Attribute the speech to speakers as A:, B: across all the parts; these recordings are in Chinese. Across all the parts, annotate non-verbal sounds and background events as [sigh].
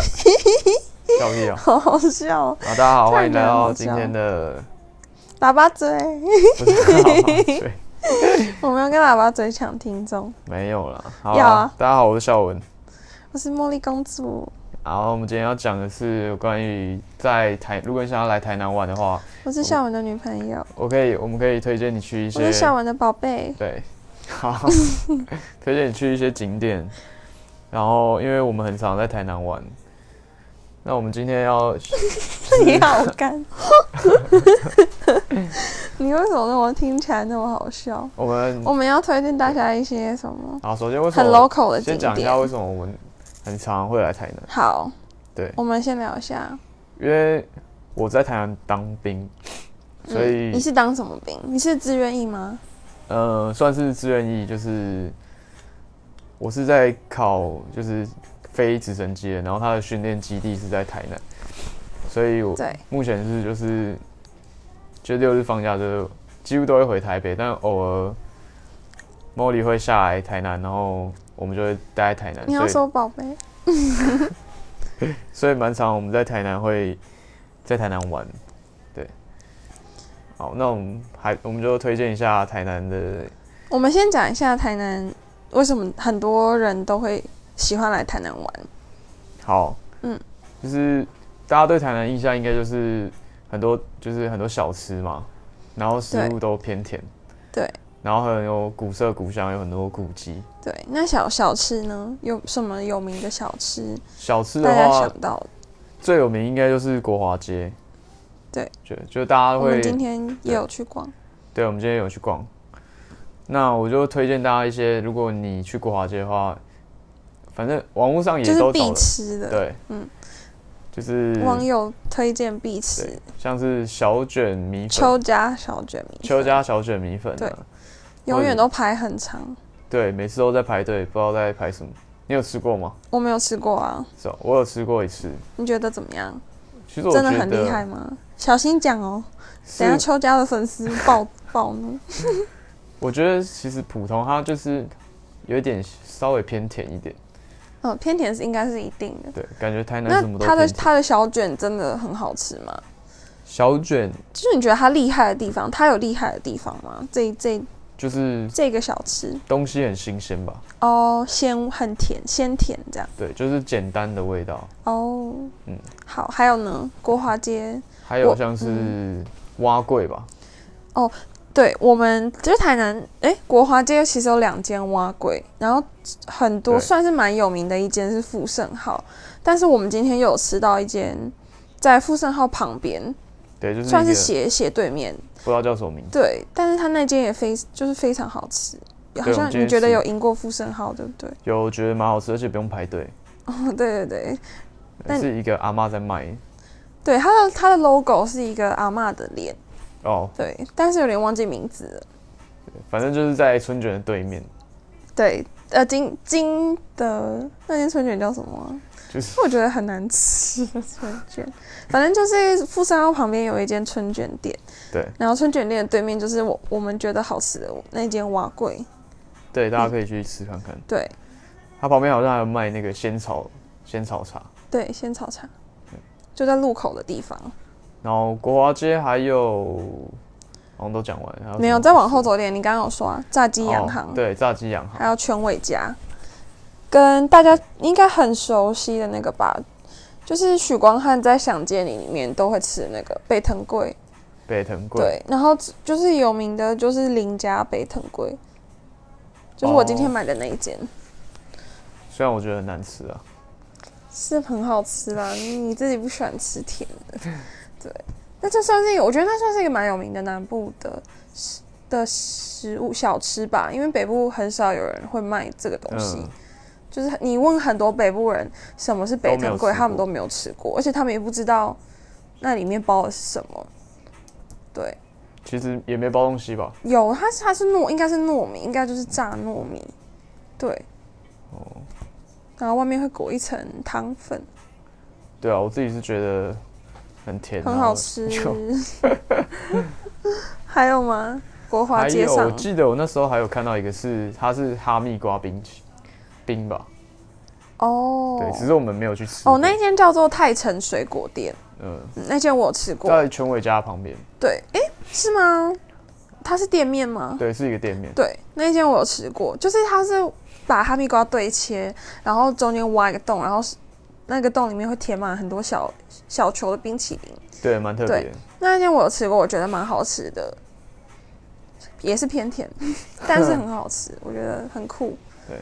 A: 笑屁哦！
B: [laughs]
A: 啊
B: 好好笑哦，
A: 好，大家好，欢迎来到
B: 好
A: 今
B: 笑
A: 天
B: [laughs]
A: 的
B: 喇叭嘴， [laughs]
A: 不是好好睡，
B: 我们要跟喇叭嘴抢听众。
A: 没有了。好
B: 要
A: 啦
B: 啊，
A: 大家好，我是孝文。
B: 我是茉莉公主，
A: 然后我们今天要讲的是关于在台，如果你想要来台南玩的话，
B: 我是孝文的女朋友，
A: 我可以，我们可以推荐你去一
B: 我
A: 些
B: 是孝文的宝贝。
A: 对， [laughs] 好，
B: [laughs]
A: 推荐你去一些景点。然后，因为我们很常在台南玩，那我们今天
B: [laughs]
A: 要
B: 你好干， [laughs] 你为什么那么听起来那么好笑？
A: 我们
B: 我们要推荐大家一些什么
A: 好，首先为什
B: 哦很
A: 么
B: local 的景
A: 先讲一下为
B: 点？
A: 什么我们很常会来台南？
B: 好，
A: 对，
B: 我们先聊一下。
A: 因为我在台南当兵，所以
B: 嗯你、是当什么兵？你是志愿役吗？
A: 呃算是志愿役，就是我是在考就是飞直升机的，然后他的训练基地是在台南，所以我
B: 对，
A: 目前是就是就六日放假就是几乎都会回台北，但偶尔 Molly 会下来台南，然后我们就会待在台南。
B: 你要
A: 所以
B: 说宝贝，
A: 所以蛮常我们在台南会在台南玩，对。好，那我们还我们就推荐一下台南的，
B: 我们先讲一下台南为什么很多人都会喜欢来台南玩。
A: 好，
B: 嗯，
A: 就是大家对台南印象应该就是很多就是很多小吃嘛，然后食物都偏甜，
B: 对，
A: 然后很有古色古香，有很多古迹。
B: 对，那小小吃呢？有什么有名的小吃？
A: 小吃
B: 大
A: 的
B: 家
A: 话，
B: 想到的，
A: 最有名应该就是国华街，
B: 对，
A: 就就大家
B: 我
A: 会
B: 们今天也有去逛。
A: 对，我们今天有去逛。那我就推荐大家一些，如果你去国华街的话，反正网络上也
B: 就是
A: 都找
B: 必
A: 得
B: 吃的，
A: 对，
B: 嗯，
A: 就是
B: 网友推荐必
A: 对
B: 吃
A: 像是小卷米粉、
B: 邱家小卷米粉，
A: 邱家小卷米粉、啊，
B: 对永远都排很长。
A: 对，每次都在排队，不知道在排什么。你有吃过吗？
B: 我没有吃过啊，
A: 是哦、我有吃过一次。
B: 你觉得怎么样？
A: 其实我觉
B: 真
A: 得
B: 的很厉害吗？小心讲哦，等一
A: 是
B: 下邱家的粉丝暴 [laughs] 暴怒。
A: 我觉得其实普通它就是有一点稍微偏甜一点，
B: 嗯，偏甜是应该是一定的。
A: 对，感觉台南
B: 那
A: 什么都
B: 它
A: 偏
B: 的
A: 甜。
B: 它的小卷真的很好吃吗？
A: 小卷
B: 就是你觉得它厉害的地方，它有厉害的地方吗？这这
A: 就是
B: 这个小吃
A: 东西很新鲜吧，
B: 哦，鲜很甜，鲜甜这样
A: 对，就是简单的味道。
B: 哦。
A: 嗯
B: 嗯，好，还有呢，国华街，
A: 还有
B: 我嗯
A: 像是蛙柜吧，
B: 对我们就是台南，诶，国华街其实有两间蛙柜，然后很多
A: 对
B: 算是蛮有名的一间是富盛号，但是我们今天又有吃到一间在富盛号旁边，
A: 对，就是
B: 算
A: 一
B: 是
A: 个
B: 斜斜对面，
A: 不知道叫什么名字，
B: 对，但是它那间也非就是非常好吃，好
A: 我
B: 像
A: 们今天
B: 你觉得
A: 吃
B: 有赢过富盛号，对不对？
A: 有我觉得蛮好吃，而且不用排队，
B: 哦，对对对，但
A: 是一个阿妈在卖
B: 对，它的它的 logo 是一个阿嬷的脸，
A: 哦，
B: 对，但是有点忘记名字了。
A: 反正就是在春卷的对面，
B: 对，呃，金金的那间春卷叫什么啊、
A: 就是
B: 我觉得很难吃的春卷，反正就是富山号旁边有一间春卷店，
A: 对
B: 然后春卷店的对面就是我我们觉得好吃的那间瓦柜。
A: 对，大家可以去吃看看。
B: 嗯对
A: 它旁边好像还有卖那个仙草仙草茶，
B: 对，仙草茶，
A: 嗯
B: 就在路口的地方。
A: 然后国华街还有，好像都讲完，还有
B: 没有，
A: 什么
B: 再往后走一点，你刚刚有说啊，炸鸡洋行。
A: 哦对，炸鸡洋行
B: 还有全伟家，跟大家应该很熟悉的那个吧，就是许光汉在《想见你》里面都会吃的那个北藤贵，
A: 北藤贵，
B: 对，然后就是有名的就是林家北藤贵，就是我今天
A: 哦
B: 买的那一间，
A: 虽然我觉得很难吃啊，
B: 是很好吃啦，你自己不喜欢吃甜的，
A: [laughs]
B: 对，那这算是一个我觉得那算是一个蛮有名的南部的食的食物小吃吧，因为北部很少有人会卖这个东西。
A: 嗯，
B: 就是你问很多北部人什么是北
A: 都没有
B: 藤
A: 吃过
B: 贵，他们都没有吃过，而且他们也不知道那里面包的是什么。对，
A: 其实也没包东西吧，
B: 有它是它是糯，应该是糯米，应该就是炸糯米。对，
A: 哦，
B: 然后外面会裹一层糖粉，
A: 对啊，我自己是觉得很甜，
B: 很
A: 然后
B: 好吃
A: 就。
B: 还有吗？国华
A: 还
B: 街
A: 有，我
B: 上
A: 记得我那时候还有看到一个是，它是哈密瓜冰淇冰吧，
B: 哦，
A: 对，只是我们没有去吃过。
B: 哦，那一间叫做泰城水果店，
A: 嗯，
B: 嗯那间我有吃过。
A: 在全伟家旁边，
B: 对，诶，是吗？它是店面吗？
A: 对，是一个店面。
B: 对，那一间我有吃过，就是它是把哈密瓜对切，然后中间挖一个洞，然后是那个洞里面会填满很多小小球的冰淇淋。
A: 对，蛮特别的。
B: 那一间我有吃过，我觉得蛮好吃的，也是偏甜， [laughs] 但是很好吃，我觉得很酷。
A: 对，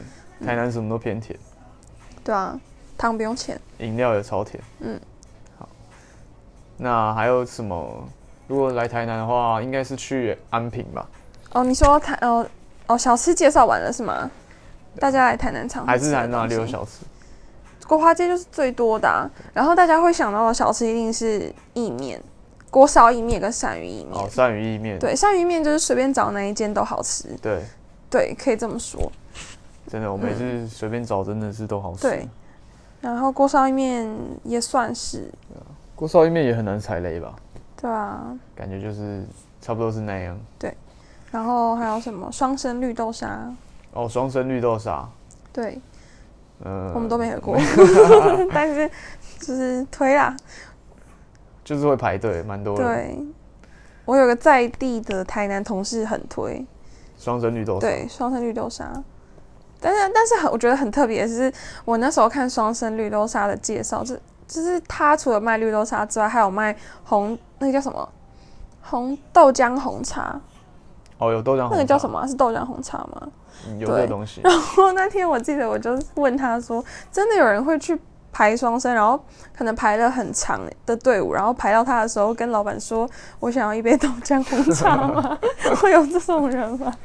A: 台南什么都偏甜，
B: 对啊，汤不用钱。
A: 饮料也超甜。
B: 嗯，
A: 好。那还有什么？如果来台南的话，应该是去安平吧，
B: 哦，你说台哦哦小吃介绍完了是吗？大家来台南尝试
A: 还是
B: 吃的
A: 台南
B: 东
A: 里有
B: 西
A: 小吃？
B: 国华街就是最多的、啊，然后大家会想到的小吃一定是意面、锅烧意面跟鳝鱼意面。
A: 哦，鳝鱼意面。
B: 对，鳝鱼面就是随便找哪一间都好吃，
A: 对，
B: 对，可以这么说。
A: 真的，我每次随便找，真的是都好吃。
B: 嗯对，然后锅烧意面也算是，
A: 锅烧意面也很难踩雷吧？
B: 对啊。
A: 感觉就是差不多是那样。
B: 然后还有什么双生绿豆沙，
A: 哦，双生绿豆沙，
B: 对
A: 嗯，
B: 我们都没喝过， [laughs] 但是就是推啦。
A: 就是会排队，蛮多人。
B: 对，我有个在地的台南同事很推，
A: 双生绿豆沙，
B: 对，双生绿豆沙。但是，但是很我觉得很特别，是我那时候看双生绿豆沙的介绍，就就是它除了卖绿豆沙之外，还有卖红那个叫什么红豆浆红茶，
A: 哦，有豆浆红茶，
B: 那个叫什么啊、是豆浆红茶吗？ [laughs]
A: 嗯？有这个
B: 对
A: 东西，
B: 然后那天我记得我就问他说，真的有人会去排双生，然后可能排了很长的队伍，然后排到他的时候跟老板说，我想要一杯豆浆红茶吗？ [laughs] 会有这种人吗？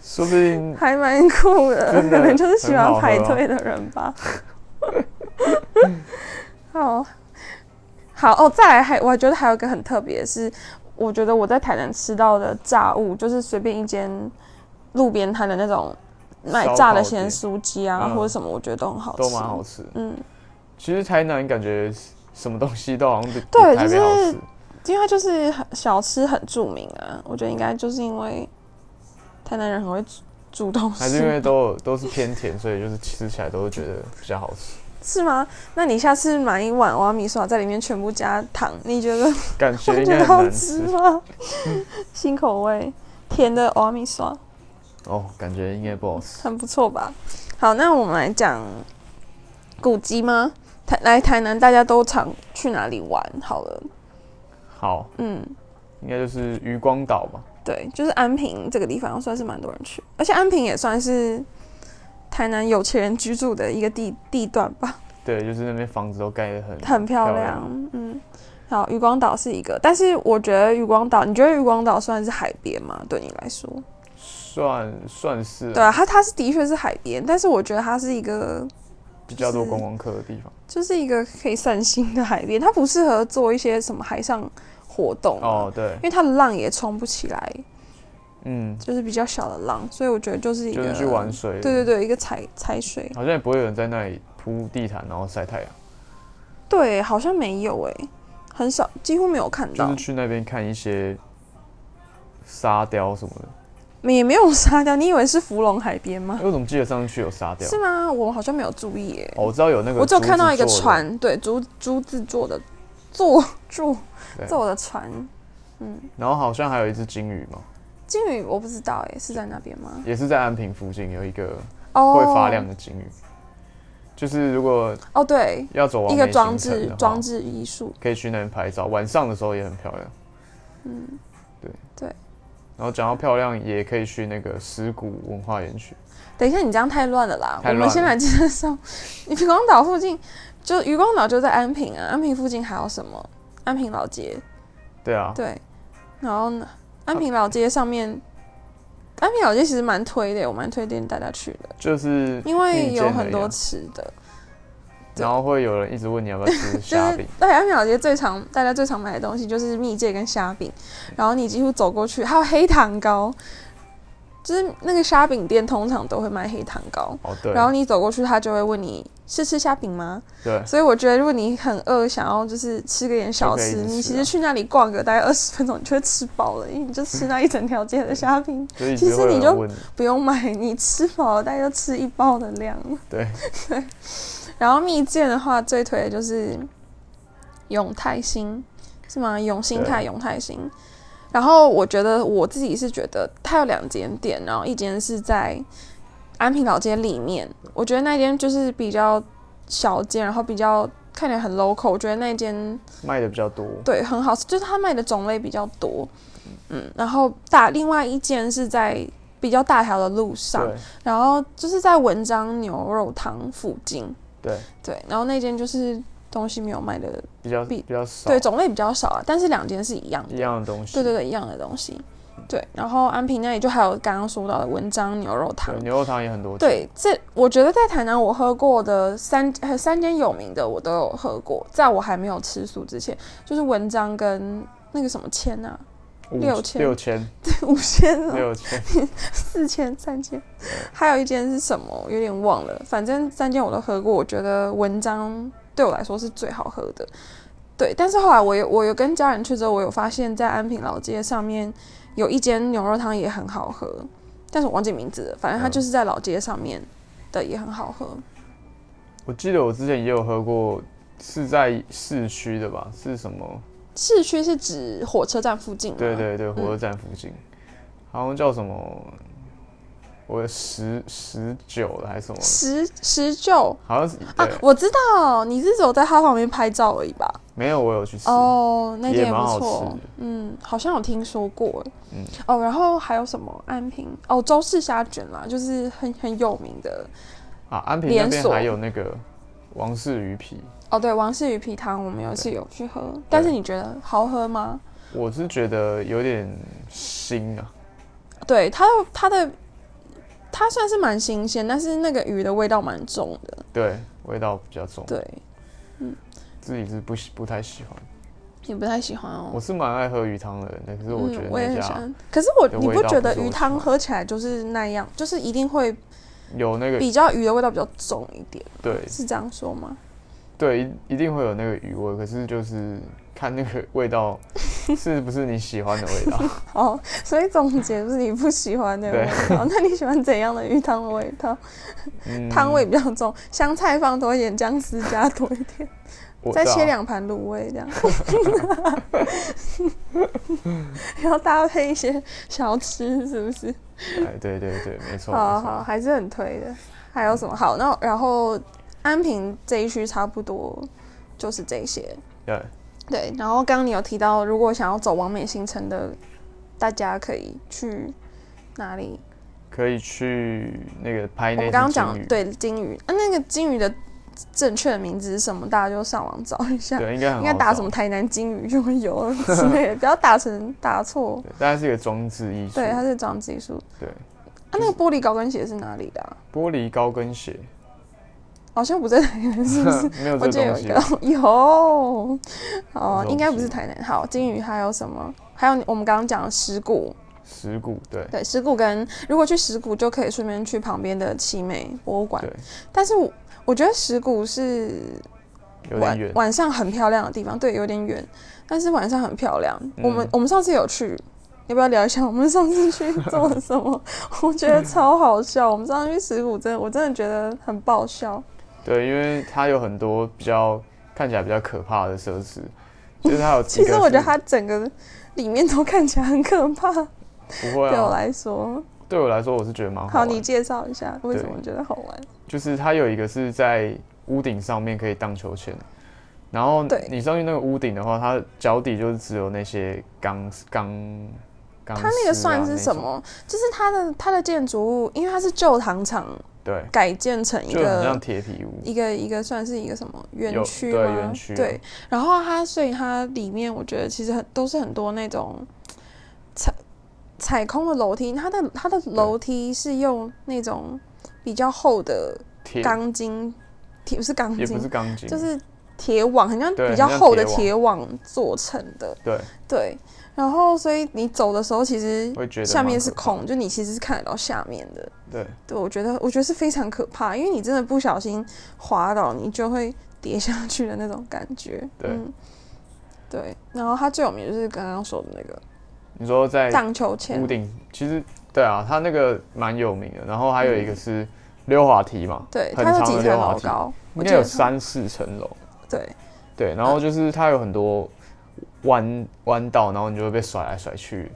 A: 说不
B: [laughs]
A: 定
B: 还蛮酷的，
A: 真的
B: 可能就是喜
A: 很好喝
B: 欢排
A: 哦
B: 队的人吧。好，好哦，再来还我觉得还有一个很特别的是，我觉得我在台南吃到的炸物，就是随便一间路边摊的那种卖
A: 烧
B: 炸的
A: 烤
B: 咸
A: 店
B: 酥鸡啊、
A: 嗯
B: 或者什么，我觉得都很好吃，
A: 都蛮好吃。
B: 嗯，
A: 其实台南感觉什么东西都好像比
B: 对
A: 比台北
B: 就
A: 好
B: 是
A: 吃。
B: 因为它就是很小吃很著名啊，我觉得应该就是因为台南人很会煮煮东西，啊
A: 还是因为都有都是偏甜，所以就是吃起来都会觉得比较好吃。
B: 是吗？那你下次买一碗瓦米耍，在里面全部加糖，你觉得
A: 感 [laughs] 觉
B: 会
A: 应
B: 觉
A: 该
B: 得
A: 很
B: [laughs] 好
A: 难
B: 吃哦
A: 吃
B: 吗？新口味，甜的瓦米耍，
A: 哦，感觉应该不好吃。
B: 很不错吧？好，那我们来讲古迹吗？台来台南，大家都常去哪里玩？好了，
A: 好，
B: 嗯，
A: 应该就是渔光岛吧？
B: 对，就是安平这个地方算是蛮多人去，而且安平也算是台南有钱人居住的一个地地段吧。
A: 对，就是那边房子都盖得很
B: 很漂亮，嗯。好，渔光岛是一个，但是我觉得渔光岛，你觉得渔光岛算是海边吗？对你来说，
A: 算算是
B: 对啊，它它是的确是海边，但是我觉得它是一个，
A: 比较多
B: 就是
A: 观光客的地方。
B: 就是一个可以散心的海边，它不适合做一些什么海上活动、
A: 哦
B: 哦，，
A: 对
B: 因，为它的浪也冲不起来，
A: 嗯，
B: 就是比较小的浪，所以我觉得就是一
A: 就
B: 个
A: 是去玩水。
B: 对对对，一个踩踩水，
A: 好像也不会有人在那里铺地毯然后晒太阳，
B: 对，好像没有诶、很少，几乎没有看
A: 就
B: 到
A: 是，去那边看一些沙雕什么的。
B: 也没有沙雕，你以为是芙蓉海边吗
A: 哎？我怎么记得上次去有沙雕？
B: 是吗？我好像没有注意耶。
A: 哦，我知道有那个，
B: 我只有看到一个，船，对，竹竹子做的，做做
A: 对
B: 做的船。嗯，
A: 然后好像还有一只金鱼嘛，
B: 金鱼我不知道哎，是在那边吗？
A: 也是在安平附近有一个
B: 哦，
A: 会发亮的金鱼。就是如果
B: 哦，对，
A: 要走完
B: 一个
A: 美
B: 装
A: 行程的哦
B: 置
A: 话
B: 装置艺术，
A: 可以去那边拍照，晚上的时候也很漂亮。
B: 嗯，
A: 然后讲到漂亮，也可以去那个石鼓文化园区。
B: 等一下你这样太乱了啦，
A: 太
B: 我
A: 乱
B: 们先
A: 了
B: 来介绍渔光岛附近，就渔光岛就在安平啊，安平附近还有什么？安平老街，
A: 对啊，
B: 对，然后呢，安平老街上面，安平老街其实蛮推的，我蛮推荐大家去的，
A: 就是
B: 因为
A: 蜜
B: 有
A: 饯
B: 很
A: 而已
B: 多
A: 啊
B: 吃的。
A: 然后会有人一直问你要不要吃
B: 就
A: 虾
B: 是
A: 饼。
B: 对安平老街最常大家最常买的东西就是蜜饯跟虾饼，然后你几乎走过去，还有黑糖糕，就是那个虾饼店通常都会卖黑糖糕，
A: 哦对，
B: 然后你走过去，他就会问你是吃虾饼吗？
A: 对，
B: 所以我觉得，如果你很饿，想要就是吃个点小吃，
A: 就可以一直吃啊
B: 你其实去那里逛个大概二十分钟，你就会吃饱了，因为你就吃那一整条街的虾饼，
A: 所以
B: 其实
A: 就会有
B: 你
A: 人
B: 就
A: 问，
B: 不用买，你吃饱了大概就吃一包的量。
A: 对，
B: [laughs] 然后蜜饯的话，最推的就是永泰兴，是吗？永兴泰、
A: 对
B: 永泰兴。然后我觉得我自己是觉得它有两间店，然后一间是在安平老街里面，我觉得那间就是比较小间，然后比较看起来很 local，我觉得那间
A: 卖的比较多，
B: 对很好吃，就是它卖的种类比较多。嗯，然后大另外一间是在比较大条的路上，
A: 对
B: 然后就是在文章牛肉汤附近，
A: 对，
B: 对，然后那间就是东西没有卖的，
A: 比较
B: 比
A: 比较少，
B: 对，种类比较少啊，但是两间是一样的，
A: 一样的东西，
B: 对对对，一样的东西。对，然后安平那里就还有刚刚说到的文章牛肉汤
A: 对，，牛肉汤也很多，，
B: 对，这我觉得在台南我喝过的三呃三间有名的我都有喝过，在我还没有吃素之前，就是文章跟那个什么千啊， [laughs]
A: 五
B: 六千
A: 六千
B: 五千哦、
A: 六千，
B: 四千、三千，还有一间是什么，我有点忘了。反正三间我都喝过，我觉得文章对我来说是最好喝的。对，但是后来我有我有跟家人去之后，我有发现，在安平老街上面有一间牛肉汤也很好喝，但是我忘记名字了。反正它
A: 嗯
B: 就是在老街上面的，也很好喝。
A: 我记得我之前也有喝过，是在市区的吧？是什么？
B: 市区是指火车站附近吗？
A: 对对对，火车站附近，好像叫什么？我十十九了还是什么？
B: 十十九
A: 好像是
B: 啊
A: 对，，
B: 我知道，你是只有在它旁边拍照而已吧？
A: 没有我有去吃，
B: 哦，那
A: 也
B: 间
A: 蛮
B: 不
A: 好吃
B: 错
A: 的，
B: 嗯，好像有听说过，嗯
A: 嗯，
B: 哦，然后还有什么安平，哦，周氏虾卷啦，就是很很有名的，
A: 啊，安平那
B: 连
A: 边
B: 锁
A: 还有那个王氏鱼皮，
B: 哦，对，王氏鱼皮汤，我们有一次有去喝，但是你觉得好喝吗？
A: 我是觉得有点腥啊，
B: 对，它的它的它算是蛮新鲜，但是那个鱼的味道蛮重的，
A: 对，味道比较重，
B: 对，
A: 自己是不喜不太喜欢。
B: 你不太喜欢哦。嗯
A: 我是蛮爱喝鱼汤的人的，可是我觉得
B: 我也
A: 那
B: 很喜
A: 家
B: 欢，可是我
A: 的
B: 你
A: 味
B: 不
A: 道
B: 觉
A: 不
B: 得
A: 是我
B: 鱼
A: 喜
B: 汤
A: 欢
B: 喝起来就是那样，就是一定会
A: 有那个
B: 比较鱼的味道比较重一点，
A: 对
B: 是这样说吗？
A: 对，一一定会有那个余味，可是就是看那个味
B: [laughs]
A: 道是不是你喜欢的味道。
B: 哦，所以总结就是你不喜欢的味道， [laughs] 那你喜欢怎样的鱼汤的味道？
A: 嗯
B: 汤味比较重，香菜放多一点，姜丝加多一点，
A: [laughs] 我
B: 再
A: 知道
B: 切两盘卤味这样， [laughs] 然后搭配一些小吃，是不是？
A: 哎，对对对，没错。
B: 好
A: 没错
B: 好，还是很推的。还有什么好？那然后安平这一区差不多就是这些。
A: 对，
B: 对，然后刚刚你有提到，如果想要走完美行程的，大家可以去哪里？
A: 可以去那个拍
B: 我
A: 那
B: 们刚刚
A: 只
B: 讲
A: 金鱼。
B: 对金鱼，啊，那个金鱼的正确的名字是什么？大家就上网找一下，
A: 对，应该很
B: 应该
A: 好
B: 打
A: 找
B: 什么？台南金鱼就会
A: [laughs]
B: 有了之类的，不要打成打错。
A: 对，大概是一个装置艺术。
B: 对，它是长技术。
A: 对
B: 啊，那个玻璃高跟鞋是哪里的、啊？
A: 玻璃高跟鞋，
B: 好像不在台南，是不是？
A: [laughs] 没有
B: 我
A: 这
B: 记得
A: 东
B: 有一
A: 西
B: 个。 [laughs] 有，好啊，
A: 这种
B: 应该不
A: 是
B: 是台南。好，金鱼还有什么？还有我们刚刚讲的石鼓，
A: 石鼓，对
B: 对，石鼓跟如果去石鼓就可以顺便去旁边的奇美博物馆。
A: 对，
B: 但是我我觉得石鼓是
A: 有点
B: 晚
A: 远。
B: 晚上很漂亮的地方，对，有点远，但是晚上很漂亮。
A: 嗯
B: 我们我们上次有去，要不要聊一下我们上次
A: [laughs]
B: 去做了什么？ [laughs] 我觉得超好笑。我们上次去石鼓，真的我真的觉得很爆笑。
A: 对，因为它有很多比较看起来比较可怕的设施，就是它有几
B: [laughs] 其
A: 个是。
B: 实我觉得它整个里面都看起来很可怕，
A: 不会
B: 对我
A: 啊，
B: 来说。
A: 对我来说我是觉得蛮好
B: 好，
A: 玩的。
B: 你介绍一下为什么觉得好玩？
A: 就是它有一个是在屋顶上面可以荡秋千，然后
B: 对
A: 你上去那个屋顶的话，它脚底就是只有那些钢钢钢、啊。
B: 它那个算是
A: 那
B: 什
A: 种？
B: 么？就是它的它的建筑物，因为它是旧糖厂
A: 对，
B: 改建成一
A: 就很
B: 个
A: 像铁皮屋。
B: 一个一个算是一个什么园
A: 有
B: 区
A: 对
B: 吗
A: 园区
B: 对，然后它所以它里面我觉得其实很都是很多那种采采空的楼梯，它的它的楼梯是用那种比较厚的
A: 铁
B: 钢筋，铁不是钢
A: 也
B: 筋
A: 不，是钢筋，
B: 就是铁网，很像
A: 对
B: 比较
A: 很像
B: 厚的
A: 铁
B: 铁网做成的，
A: 对，
B: 对。然后，所以你走的时候，其实
A: 会觉得
B: 下面
A: 蛮
B: 是
A: 可怕
B: 空，就你其实是看得到下面的。
A: 对，
B: 对，我觉得我觉得是非常可怕，因为你真的不小心滑倒，你就会跌下去的那种感觉。
A: 对
B: 嗯、对。然后它最有名就是刚刚说的那个
A: 你说在
B: 荡秋千
A: 哎屋，顶，其实对啊，它那个蛮有名的。然后还有一个是溜滑梯嘛，
B: 嗯对，
A: 很
B: 它有
A: 长
B: 几
A: 的
B: 层
A: 溜滑
B: 楼
A: 梯，
B: 高，
A: 应
B: 我
A: 该
B: 记得
A: 有
B: 它。嗯
A: 三四层楼。
B: 对
A: 对，然后就是它有很多弯弯道，然后你就会被甩来甩去，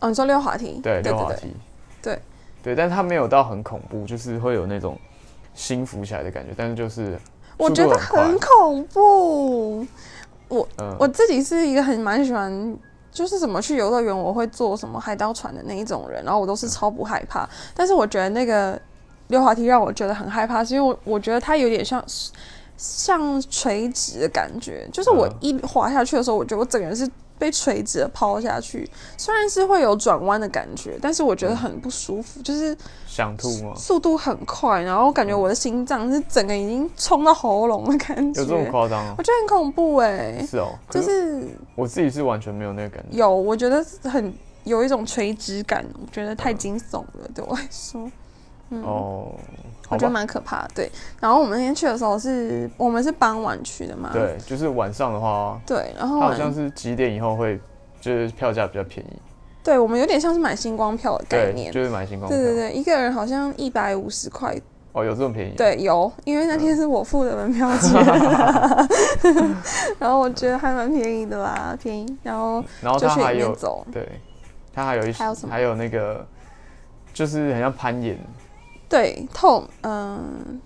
B: 哦，你说溜滑梯？
A: 对，
B: 对
A: 溜滑
B: 对
A: 梯，
B: 对
A: 对，但它没有到很恐怖，就是会有那种心浮起来的感觉，但是就是
B: 我觉得
A: 速度
B: 很
A: 很快
B: 恐怖。
A: 嗯，
B: 我自己是一个很蛮喜欢，就是怎么去游乐园，我会坐什么海盗船的那一种人，然后我都
A: 嗯
B: 是超不害怕。但是我觉得那个溜滑梯让我觉得很害怕，是因为我我觉得它有点像像垂直的感觉，就是我
A: 嗯
B: 一滑下去的时候，我觉得我整个人是被垂直的抛下去，虽然是会有转弯的感觉，但是我
A: 嗯
B: 觉得很不舒服，就是
A: 想吐吗？
B: 速度很快，然后我感觉我的心脏是整个已经冲到喉咙的感
A: 嗯
B: 觉，
A: 有这么
B: 我
A: 夸张哦？
B: 觉得很恐怖哎、
A: 是哦，
B: 就
A: 可是
B: 是
A: 我自己是完全没有那个感觉。
B: 有，我觉得很有一种垂直感，我觉得太惊悚了，对我来说，
A: 嗯
B: 嗯，
A: 哦，
B: 我
A: 好
B: 觉得
A: 吧，
B: 蛮可怕的。对，然后我们那天去的时候是，我们是傍晚去的嘛，
A: 对，就是晚上的话，
B: 对，然后
A: 它
B: 我
A: 好像
B: 们
A: 是几点以后会，就是票价比较便宜，
B: 对我们有点像是买星光票的概
A: 对，
B: 念，
A: 就是买星光票，
B: 对对对，一个人好像一百五十块，
A: 哦，有这么便宜，，
B: 对，有，因为那天是我付的门票钱，
A: 嗯
B: [laughs]
A: [laughs]
B: 然后我觉得还蛮便宜的啦，便宜，然后
A: 然后
B: 就
A: 它
B: 去
A: 还
B: 里面
A: 有，
B: 走，
A: 对，它还有一些
B: 还有什么
A: 还有那个，就是很像攀岩，
B: 对，透，嗯、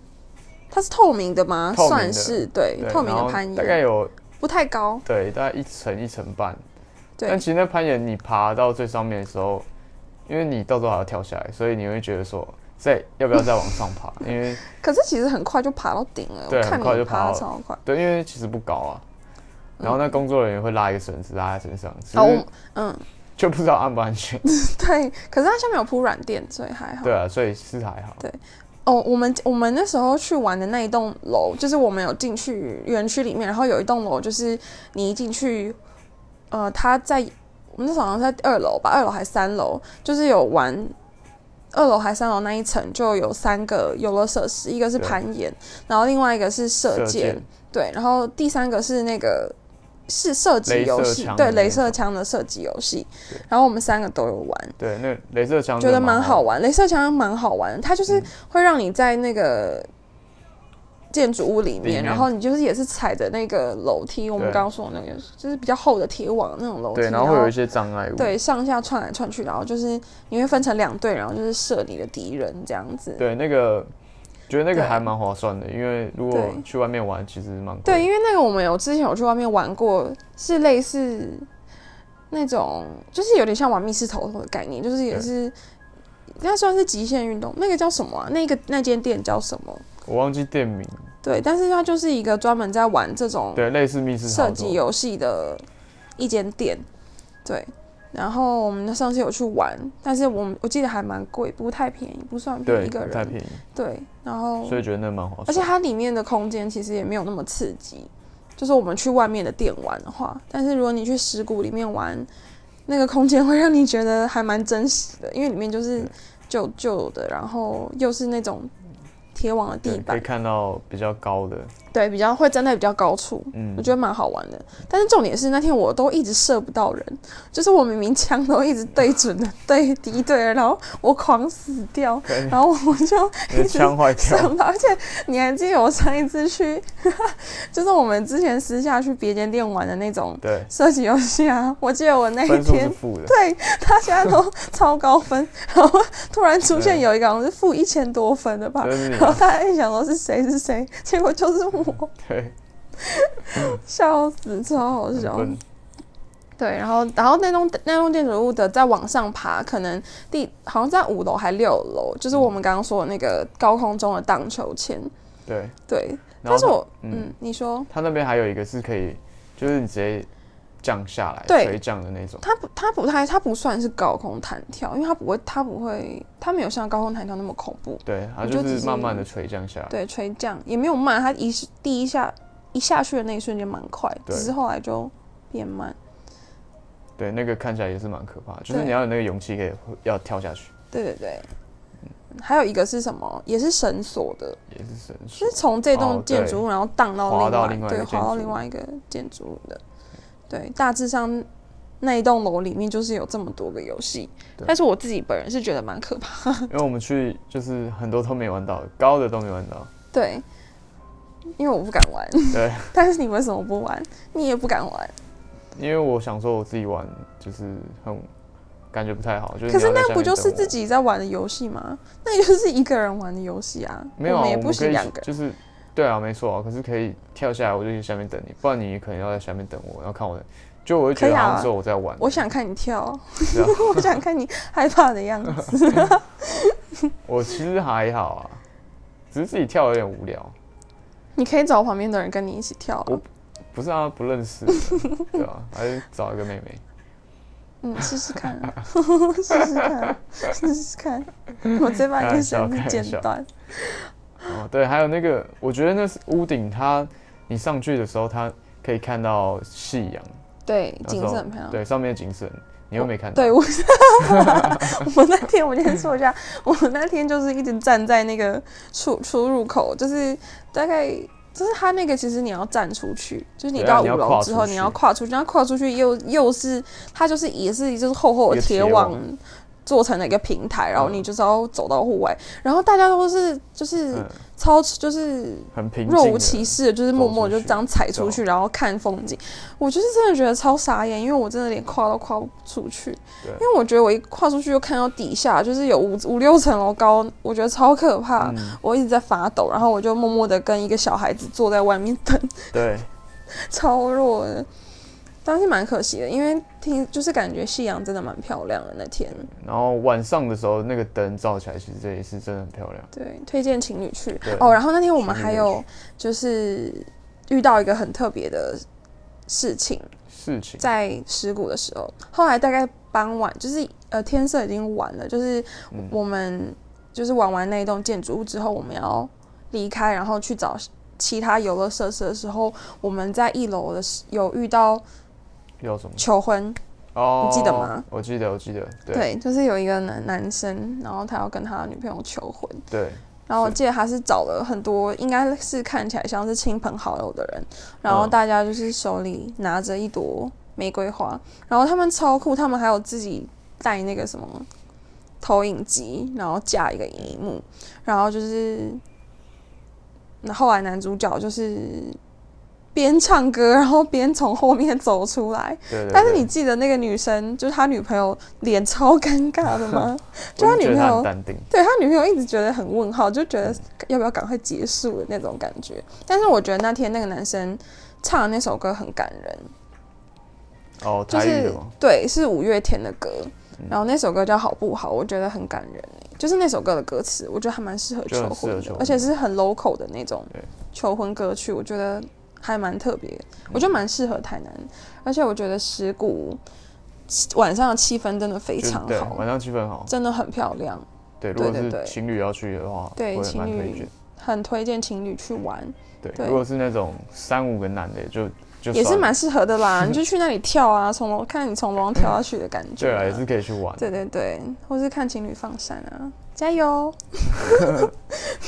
B: 它是透明的吗？
A: 透明
B: 算
A: 的
B: 是对，
A: 对，
B: 透明
A: 然后
B: 的攀岩，
A: 大概有
B: 不太高，
A: 对，大概一层一层半，但
B: 对
A: 其实那攀岩你爬到最上面的时候，因为你到时候还要跳下来，所以你会觉得说。再要不要再往上
B: [laughs]
A: 爬？因为
B: 可是其实很快就爬到顶了，
A: 对
B: 我看
A: 很
B: 你
A: 快就
B: 爬
A: 爬
B: 得
A: 到
B: 超快。
A: 对，因为其实不高啊。
B: 嗯
A: 然后那工作人员会拉一个绳子拉在身上，只
B: 然后
A: 是
B: 我嗯，
A: 就不知道安不安全。
B: 对，可是它下面有铺软垫，所以还好
A: 对。啊，所以是还好。
B: 对哦，我们我们那时候去玩的那一栋楼，就是我们有进去园区里面，然后有一栋楼，就是你一进去，呃，它在我们那时候好像在二楼吧，二楼还是三楼，就是有玩二楼还是三楼那一层就有三个游乐设施，一个是
A: 对
B: 攀岩，然后另外一个是射箭，对，然后第三个是那个是射击
A: 镭
B: 游
A: 射
B: 戏，
A: 枪
B: 对，
A: 的那
B: 镭射
A: 种
B: 枪的射击游戏
A: 对，
B: 然后我们三个都有玩。
A: 对，那镭射枪
B: 觉
A: 真
B: 得
A: 的嗯
B: 蛮好
A: 玩。
B: 玩，镭射枪蛮好玩，它就是会让你在那个建筑物里面，
A: 里面
B: 然后你就是也是踩着那个楼梯，我们
A: 对
B: 刚刚说的那个就是比较厚的铁网那种楼梯，
A: 对，然后会有一些障碍物。
B: 对上下窜来窜去，然后就是你会分成两队，然后就是射你的敌人这样子。
A: 对，那个觉得那
B: 对
A: 个还蛮划算的，因为如果
B: 对
A: 去外面玩，其实蛮贵的
B: 对，因为那个我们有之前有去外面玩过，是类似那种，就是有点像玩密室逃脱的概念，就是也
A: 对
B: 是那算是极限运动，那个叫什么啊？那个那间店叫什么？
A: 我忘记店名。
B: 对，但是它就是一个专门在玩这种
A: 对，类似密室逃
B: 射
A: 脱
B: 击游戏的一间店。对，然后我们上次有去玩，但是我们我记得还蛮贵，不太便宜，不算便宜
A: 对，
B: 一个
A: 不太
B: 人。
A: 便宜，
B: 对，然后
A: 所以觉得那蛮划算。
B: 而且它里面的空间其实也没有那么刺激，就是我们去外面的店玩的话，但是如果你去石鼓里面玩，那个空间会让你觉得还蛮真实的，因为里面就是
A: 对
B: 旧旧的，然后又是那种铁网的地
A: 对可
B: 板
A: 以，看到比较高的，
B: 对，比较会站在比较高处，
A: 嗯，
B: 我觉得蛮好玩的。但是重点是那天我都一直射不到人，就是我明明枪都一直对准了对敌对了，然后我狂死掉，
A: 可以
B: 然后我
A: [laughs]
B: 就 [laughs]
A: 你的枪坏掉
B: 射，不到。而且你还记得我上一次去， [laughs] 就是我们之前私下去别间店玩的那种
A: 对，
B: 射击游戏啊，我记得我那一
A: 分数是
B: 天。
A: 负的，
B: 对他现在
A: [laughs]
B: 都超高分，然后突然出现
A: 对
B: 有一个好像是负一千多分的吧， [laughs]
A: 就是你
B: 然后大家一想说是谁是谁，结果就是我，
A: 对，
B: 笑死，超好
A: 很
B: 笑。
A: 笨
B: 对，然后然后那栋那栋建筑物的再往上爬，可能第好像在五楼还六楼，就是我们
A: 嗯
B: 刚刚说的那个高空中的荡秋千。
A: 对。
B: 对，
A: 然
B: 但
A: 后
B: 是
A: 它
B: 我
A: 嗯
B: 嗯，你说
A: 它那边还有一个是可以，就是你直接降下来，
B: 对
A: 垂降的那种。
B: 它不它不太它不算是高空弹跳，因为它不会它不会它没有像高空弹跳那么恐怖。
A: 对，它
B: 我
A: 就
B: 就只
A: 是啊
B: 是
A: 慢慢的垂降下来。
B: 对，垂降也没有慢，它一是第一下一下去的那一瞬间蛮快，
A: 对
B: 只是后来就变慢。
A: 对，那个看起来也是蛮可怕的，就是
B: 对
A: 你要有那个勇气可以要跳下去，
B: 对对对，
A: 嗯
B: 还有一个是什么？也是绳索的，
A: 也是神
B: 就
A: 速。
B: 是从这
A: 哦
B: 栋建筑物，然后荡到
A: 滑
B: 另
A: 到
B: 外
A: 另外一
B: 对
A: 个
B: 滑到
A: 建筑
B: 另
A: 物
B: 外一个建筑物的。对，大致上那一栋楼里面就是有这么多个游戏
A: 对，
B: 但是我自己本人是觉得蛮可怕。
A: 因为我们去就是很多都没玩到，高的都没玩到，
B: 对，因为我不敢玩。
A: 对，
B: [laughs] 但是你为什么不玩？你也不敢玩。
A: 因为我想说我自己玩就是很感觉不太好，就是你
B: 可是
A: 要在
B: 那
A: 下
B: 不
A: 面
B: 就
A: 等
B: 是
A: 我
B: 自己在玩的游戏吗？那就是一个人玩的游戏啊。
A: 没有、啊，
B: 我
A: 我
B: 们也
A: 们
B: 不
A: 可
B: 行
A: 以
B: 两个人。
A: 就是对啊，没错啊。可是可以跳下来，我就去下面等你，不然你可能要在下面等我，然后看我的，就我就觉
B: 可以
A: 得
B: 啊
A: 好像只有我在玩。
B: 我想看你跳，
A: 是啊
B: [laughs] 我想看你害怕的样
A: [laughs]
B: 子。
A: 我其实还好啊，只是自己跳有点无聊。
B: 你可以找旁边的人跟你一起跳、啊
A: 我。不是啊，不认识的， [laughs] 对啊，还是找一个妹妹。
B: 嗯，试试
A: [laughs]
B: 看、啊，试试看、啊，试试看。我直接把你的绳子剪断。
A: 哦，对，还有那个，我觉得那是屋顶它，你上去的时候，它可以看到夕阳，
B: 对，
A: 那时
B: 景
A: 候
B: 色很漂亮。
A: 对，上面的景色你又没看到，
B: 对，我
A: [laughs]
B: 我们那天我先说一下，我们那天就是一直站在那个出出入口，就是大概就是它那个，其实你要站出去，就是你
A: 对啊
B: 到五
A: 你要跨
B: 楼
A: 出
B: 之后你要
A: 去
B: 跨出去，然后跨出去又又是它就是也是就是厚厚
A: 一
B: 的
A: 个
B: 铁
A: 铁
B: 网
A: 网。
B: 做成了一个平台，然后
A: 嗯
B: 你就是要走到户外，然后大家都是就是
A: 嗯，
B: 超就是
A: 很平静的，
B: 若无其事的，就是默默
A: 走出
B: 就
A: 去
B: 这样踩出去，
A: 对
B: 然后看风景。我就是真的觉得超傻眼，因为我真的连跨都跨不出去，
A: 对
B: 因为我觉得我一跨出去就看到底下就是有五五六层楼高，我觉得超可怕。
A: 嗯，
B: 我一直在发抖，然后我就默默的跟一个小孩子坐在外面等， [laughs]
A: 对，
B: 超弱的。但是蛮可惜的，因为听就是感觉夕阳真的蛮漂亮的那天。
A: 然后晚上的时候，那个灯照起来，其实这也是真的很漂亮。
B: 对，推荐情侣去
A: 对
B: 哦。然后那天我们
A: 情
B: 还
A: 侣
B: 有就是遇到一个很特别的事情，
A: 事情
B: 在石鼓的时候，后来大概傍晚，就是呃天色已经晚了，就是
A: 嗯
B: 我们就是玩完那一栋建筑物之后，我们要离开，然后去找其他游乐设施的时候，我们在一楼的时有遇到
A: 要什么？
B: 求婚，
A: 哦
B: 你记得吗？
A: 我记得，我记得，对
B: 对，就是有一个男男生，然后他要跟他女朋友求婚，
A: 对
B: 然后我
A: 是
B: 记得他是找了很多，应该是看起来像是亲朋好友的人，然后
A: 嗯
B: 大家就是手里拿着一朵玫瑰花，然后他们超酷，他们还有自己带那个什么投影机，然后架一个荧幕，然后就是，那后来男主角就是边唱歌，然后边从后面走出来，
A: 对对。
B: 但是
A: 对
B: 你记得那个女生，就是他女朋友脸超尴尬的吗？就他
A: 我
B: 女
A: 觉得
B: 朋
A: 他很
B: 友。
A: 淡定，
B: 对他女朋友一直觉得很问号，就觉得要不要赶快结束的那种感觉。但是我觉得那天那个男生唱的那首歌很感人，
A: 哦，
B: 就
A: 台语
B: 是
A: 的吗？
B: 对，是五月天的歌，
A: 嗯
B: 然后那首歌叫《好不好》，我觉得很感人欸、就是那首歌的歌词，我觉得还蛮适合
A: 就很
B: 求
A: 适合
B: 婚
A: 求
B: 的，
A: 婚
B: 而且是很 local 的那种
A: 对
B: 求婚歌曲，我觉得还蛮特别，我觉得蛮适合台南，而且我觉得石鼓晚上的气氛真的非
A: 就是
B: 常
A: 对，
B: 好
A: 晚，上气氛好。
B: 真的很漂亮。
A: 对，如果
B: 对对对
A: 是情侣要去的话，
B: 对
A: 会
B: 情
A: 蛮推
B: 侣
A: 荐。
B: 很推荐情侣去玩，
A: 对，
B: 对
A: 如果是那种三五个男的，就就
B: 也是
A: 算了
B: 蛮适合
A: [laughs]
B: 的啦。你就去那里跳啊，从楼看你从楼上跳下去的感觉、
A: 对啊，也是可以去玩。
B: 对对对，或是看情侣放闪啊，加
A: [laughs]
B: 油！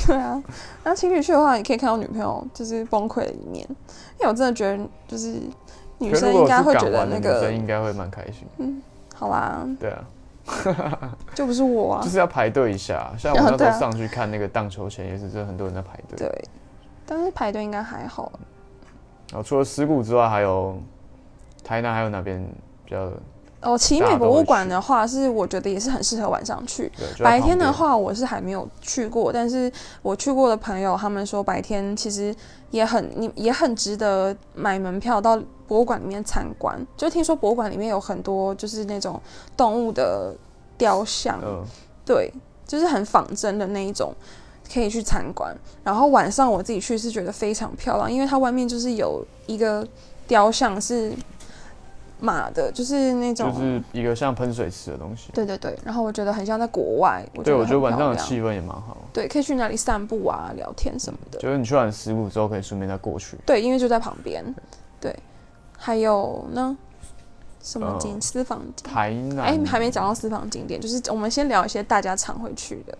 B: 对啊，然后情侣去的话，也可以看到女朋友就是崩溃的一面，因为我真的觉得就是女
A: 可是
B: 生
A: 如果
B: 应该
A: 是
B: 会
A: 港
B: 觉得
A: 湾的
B: 那
A: 女
B: 个嗯
A: 生应该会蛮开心。
B: 好啦，
A: 对啊，
B: 就不是我啊
A: 就，是要排队一下。像
B: 啊
A: 我那时
B: 对啊
A: 候上去看那个荡秋千，也是真的很多人在排队。
B: 对，但是排队应该还好，
A: 然后哦除了石鼓之外，还有台南还有哪边比较
B: 哦，奇
A: 大
B: 美
A: 家都
B: 博物
A: 会
B: 馆
A: 去
B: 的话，是我觉得也是很适合晚上去。
A: 对？就在
B: 白天
A: 旁
B: 的
A: 边，
B: 话，我是还没有去过，但是我去过的朋友他们说，白天其实也很你也很值得买门票到博物馆里面参观。就听说博物馆里面有很多就是那种动物的雕像，
A: 嗯，
B: 对，就是很仿真的那一种，可以去参观。然后晚上我自己去是觉得非常漂亮，因为它外面就是有一个雕像是码的，就是那种，
A: 就是一个像喷水池的东西。
B: 对对对。然后我觉得很像在国外，我觉
A: 对，
B: 得
A: 我觉得
B: 很
A: 晚
B: 漂
A: 上的
B: 亮
A: 气氛也蛮好，
B: 对，可以去那里散步啊、聊天什么的。
A: 就是你去完十五之后可以顺便再过去。
B: 对，因为就在旁边。对，还有呢，什么景、
A: 呃
B: 私房景？
A: 台南，
B: 哎、还没讲到私房景点，就是我们先聊一些大家常会去的。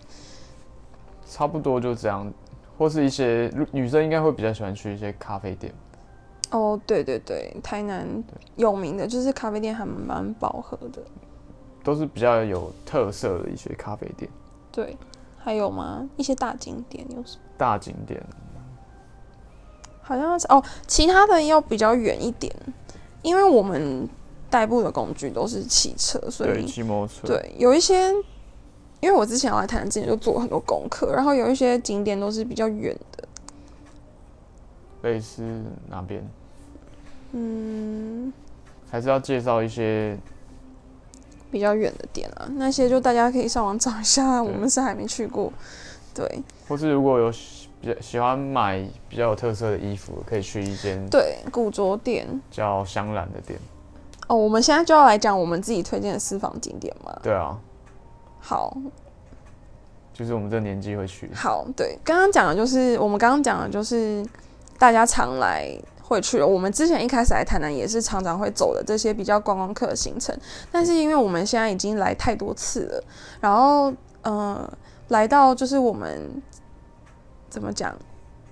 A: 差不多就这样，或是一些女生应该会比较喜欢去一些咖啡店。
B: 哦，对对对，台南有名的就是咖啡店还蛮饱和的。
A: 都是比较有特色的一些咖啡店，
B: 对，还有吗？一些大景点有什么？
A: 大景点。
B: 好像是哦，其他的要比较远一点，因为我们代步的工具都是汽车，所
A: 对，
B: 以
A: 骑摩托车。，
B: 对，有一些，因为我之前来台南之前就做很多功课，然后有一些景点都是比较远的，
A: 类似哪边？
B: 嗯，
A: 还是要介绍一些
B: 比较远的点啊，那些就大家可以上网找一下，我们是还没去过。对
A: 或是如果有喜比较喜欢买比较有特色的衣服，可以去一间
B: 对，古着店
A: 叫香兰的店。
B: 哦，我们现在就要来讲我们自己推荐的私房景点嘛。
A: 对啊，
B: 好，
A: 就是我们这年纪会去。
B: 好，对，刚刚讲的就是我们刚刚讲的就是大家常来会去的，我们之前一开始来台南也是常常会走的这些比较观光客的行程，但是因为我们现在已经来太多次了，然后呃，来到就是我们怎么讲，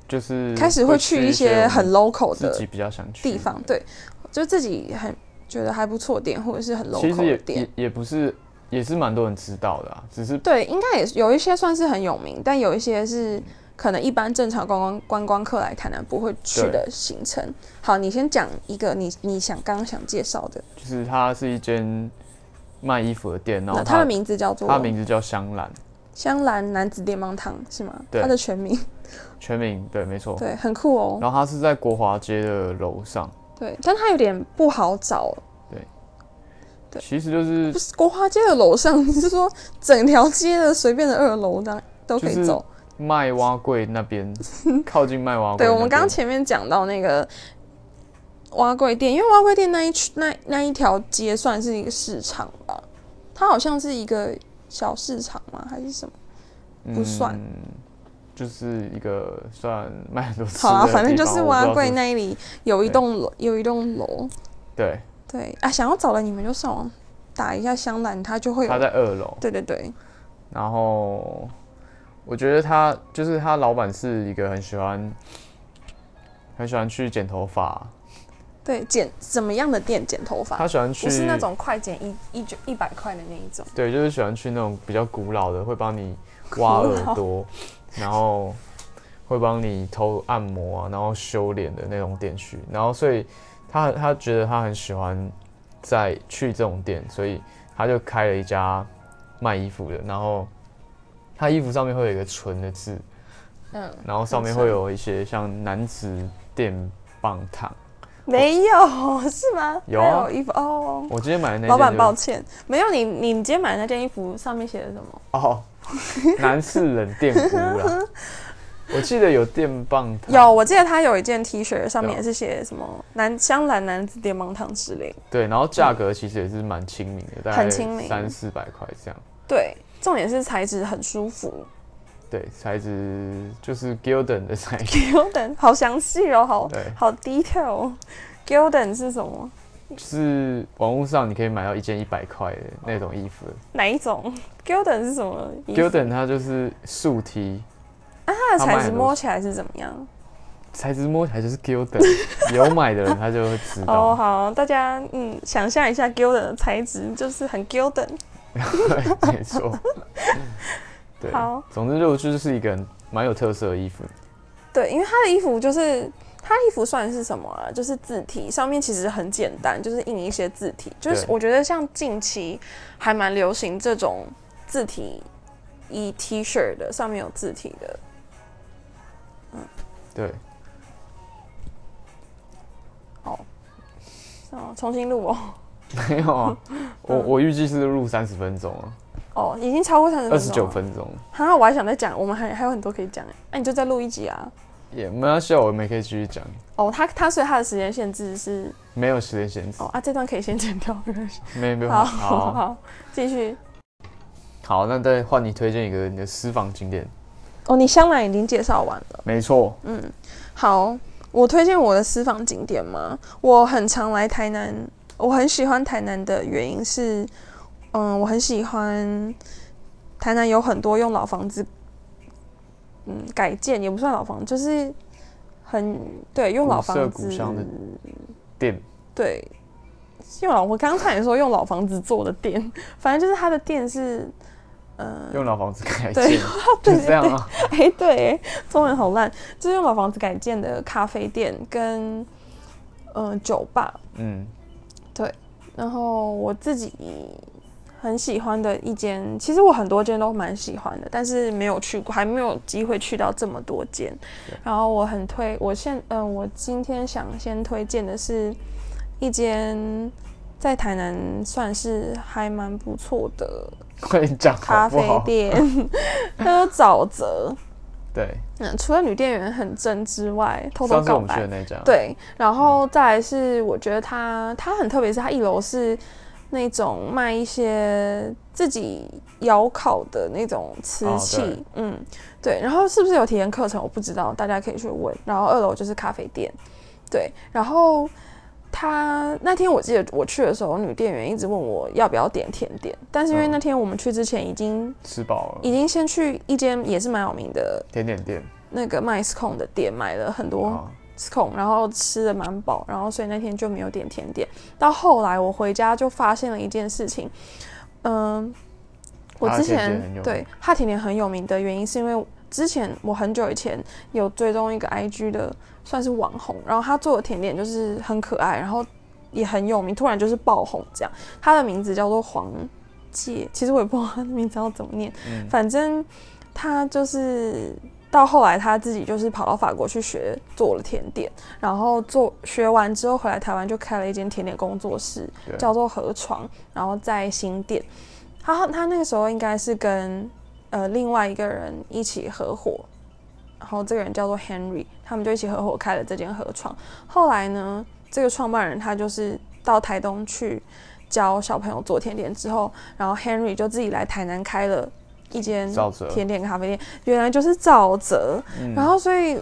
A: 就是
B: 开始会去一些很
A: 我
B: local
A: 们自
B: 的
A: 己比较想去的
B: 地方，。对，就自己很觉得还不错的店或者是很
A: 其
B: local
A: 实
B: 的
A: 也
B: 店
A: 也。也不是，也是蛮多人知道的啊，只是
B: 对，应该也是有一些算是很有名，但有一些是
A: 嗯
B: 可能一般正常观光观光客来台南不会去
A: 对
B: 的行程。好，你先讲一个你你想刚刚想介绍的，
A: 就是它是一间卖衣服的店，然后
B: 那它的名字叫做
A: 它的名字叫香兰，
B: 香兰男子联盟堂是吗？
A: 对
B: 它的全名
A: 全名对，没错。
B: 对，很酷哦。
A: 然后它是在国华街的楼上，
B: 对，但它有点不好找，对
A: 其实就是
B: 不是国华街的楼上，你 [laughs] 是说整条街的随便的二楼呢都可
A: 就
B: 以
A: 是
B: 走？
A: 卖蛙柜那边，
B: [laughs]
A: 靠近卖蛙柜那边。
B: 对，我们刚刚前面讲到那个蛙柜店，因为蛙柜店那一区那那一条街算是一个市场吧，它好像是一个小市场吗？还是什么？不算
A: 嗯，就是一个算卖很多吃的
B: 好啊，
A: 地
B: 反正就
A: 方
B: 是
A: 我不知
B: 蛙
A: 道
B: 柜
A: 是
B: 那里有一
A: 对
B: 栋楼，有一栋楼。
A: 对，
B: 对啊，想要找的你们就上网打一下香兰，它就会
A: 它
B: 有。
A: 在二楼，
B: 对对对，
A: 然后我觉得他就是他老板是一个很喜欢很喜欢去剪头发，
B: 对剪怎么样的店剪头发
A: 他？喜欢去
B: 不是那种快剪一一九一百块的那一种，
A: 对，就是喜欢去那种比较古老的，会帮你挖
B: 古
A: 耳
B: 老
A: 朵，然后会帮你偷按摩啊，然后修脸的那种店去。然后所以他他觉得他很喜欢在去这种店，所以他就开了一家卖衣服的。然后他衣服上面会有一个“纯”的字，
B: 嗯，
A: 然后上面
B: 纯
A: 会有一些像男子电棒烫。
B: 没有是吗？
A: 有
B: 还
A: 啊
B: 有衣服哦。
A: 我今天买的那
B: 老板
A: 件
B: 抱
A: 就
B: 歉，没有你，你今天买的那件衣服上面写的什么？
A: 哦，
B: [laughs]
A: 男士冷电服啦。我记得有电棒烫，
B: 有，我记得他有一件 T 恤，上
A: 对
B: 面
A: 啊
B: 也是写什么南香兰男子联盟堂之类的。
A: 对，然后价格其实也是蛮亲民的，大概
B: 嗯很亲民
A: 三四百块这样。
B: 对，重点是材质很
A: [laughs]
B: 舒服。
A: 对，材质就是 Gildan 的材
B: [laughs]
A: 质，
B: Gildan 好详细哦，好
A: 对
B: 好 detail 哦。Gildan 是什么？
A: 就是网络上你可以买到一件一百块的那种衣服。
B: 哪一种？Gildan 是什么哦衣服？
A: Gildan 它就是竖 T，
B: 它的
A: 它卖
B: 材
A: 很
B: 质
A: 多
B: 摸起来是怎么样？
A: 材质摸起来就是 Gildan，有买的人他就会知道。
B: 哦，好，大家嗯，想象一下 Gildan 的材质，就是很 Gildan。
A: 对，没
B: [laughs]
A: 错。对
B: 好，
A: 总之就就是一个蛮有特色的衣服。
B: 对，因为他的衣服就是他衣服算是什么啊？就是字体上面其实很简单，就是印一些字体。就是
A: 对
B: 我觉得像近期还蛮流行这种字体衣 T 恤的，上面有字体的。
A: 对，
B: 哦，重新录哦。
A: 没有啊，
B: 嗯
A: 我我预计是录三十分钟啊，
B: 哦，已经超过三十分
A: 二
B: 钟。
A: 十九。分钟。
B: 欸哈，我还想再讲，我们还还有很多可以讲哎。那、你就再录一集啊。
A: 也没关系，我们也可以继续讲，
B: 哦，他他所以他的时间限制是
A: 没有时间限制
B: 哦，啊，这段可以先剪掉，没关系。
A: 没没有啊
B: 好
A: 好
B: [laughs] 好，继续。
A: 好，那再换你推荐一个你的私房景点，
B: 哦，你香兰已经介绍完了。
A: 没错，
B: 嗯，好，我推荐我的私房景点吗？我很常来台南，我很喜欢台南的原因是，嗯，我很喜欢台南有很多用老房子，嗯，改建也不算老房，就是很对用老
A: 古色
B: 房子
A: 古香的店
B: 对，用老我刚刚差点说用老房子做的店，反正就是它的店是，嗯、
A: 用老房子改
B: [laughs]
A: 建，
B: 对
A: 就这样啊，
B: [laughs] 哎、对，中文好烂。就是用老房子改建的咖啡店跟嗯、呃酒吧，
A: 嗯，
B: 然后我自己很喜欢的一间，其实我很多间都蛮喜欢的，但是没有去过，还没有机会去到这么多间
A: 对。
B: 然后我很推，我现嗯、我今天想先推荐的是一间在台南算是还蛮不错的
A: 快点讲好
B: 咖
A: 不
B: 啡
A: 好？ [laughs]
B: 店，它叫沼泽。
A: 对，
B: 嗯，除了女店员很正之外，偷偷
A: 上次
B: 告
A: 我们去
B: 白
A: 的。嗯那家，，
B: 对，然后再来是，我觉得它它很特别，是它一楼是那种卖一些自己窑烤的那种瓷
A: 哦
B: 器，
A: 对
B: 嗯，对。然后是不是有体验课程，我不知道，大家可以去问。然后二楼就是咖啡店，对。然后它那天我记得我去的时候，女店员一直问我要不要点甜点，但是因为
A: 嗯
B: 那天我们去之前已经
A: 吃饱了
B: 已，经先去一间也是蛮有名的
A: 甜点店
B: 那个卖 scone 的店买了很多
A: 啊，
B: scone，然后吃的蛮饱，然后所以那天就没有点甜点。到后来我回家就发现了一件事情，嗯，我
A: 它的
B: 之
A: 甜点
B: 前
A: 很有
B: 对
A: 名
B: 哈甜甜很有名的原因是因为之前我很久以前有追踪一个 IG 的算是网红，然后他做的甜点就是很可爱，然后也很有名，突然就是爆红这样。他的名字叫做黄介，其实我也不知道他的名字要怎么念，
A: 嗯，
B: 反正他就是到后来他自己就是跑到法国去学做了甜点，然后做学完之后回来台湾就开了一间甜点工作室，
A: 对，
B: 叫做河床，然后在新店。他他那个时候应该是跟呃另外一个人一起合伙，然后这个人叫做 Henry，他们就一起合伙开了这间河床。后来呢，这个创办人他就是到台东去教小朋友做甜点之后，然后 Henry 就自己来台南开了一间
A: 沼泽
B: 甜点咖啡店，原来就是沼泽。
A: 嗯
B: 然后所以